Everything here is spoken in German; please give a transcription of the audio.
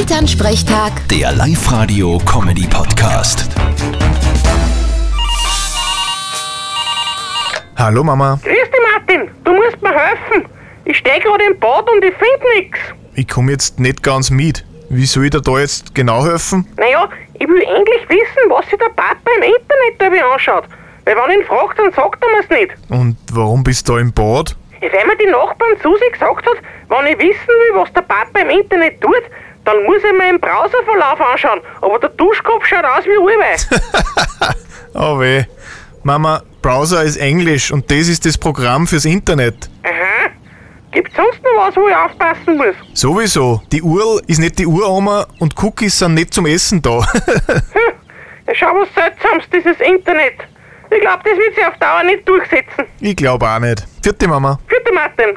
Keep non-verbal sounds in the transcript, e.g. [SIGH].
Elternsprechtag, Der Live-Radio-Comedy-Podcast. Hallo Mama, Grüß dich, Martin. Du musst mir helfen. Ich stehe gerade im Bad und ich finde nichts. ich komme jetzt nicht ganz mit. Wie soll ich dir da jetzt genau helfen? Naja, ich will endlich wissen, was sich der Papa im Internet dabei anschaut. Weil wenn ich ihn fragt, dann sagt er mir's nicht. Und warum bist du da im Bad? Ja, Weil mir die Nachbarn Susi gesagt hat, wenn ich wissen will, was der Papa im Internet tut, dann muss ich mir im Browserverlauf anschauen. Aber der Duschkopf schaut aus wie Urwei. Oh weh. Mama, Browser ist Englisch und das ist das Programm fürs Internet. Aha. Gibt's sonst noch was, wo ich aufpassen muss? Sowieso, die Url ist nicht die Uroma und Cookies sind nicht zum Essen da. [LAUGHS] Ja, schau, was seltsames dieses Internet. Ich glaube, das wird sich auf Dauer nicht durchsetzen. ich glaube auch nicht. Vierte Mama. Bitte, Martin.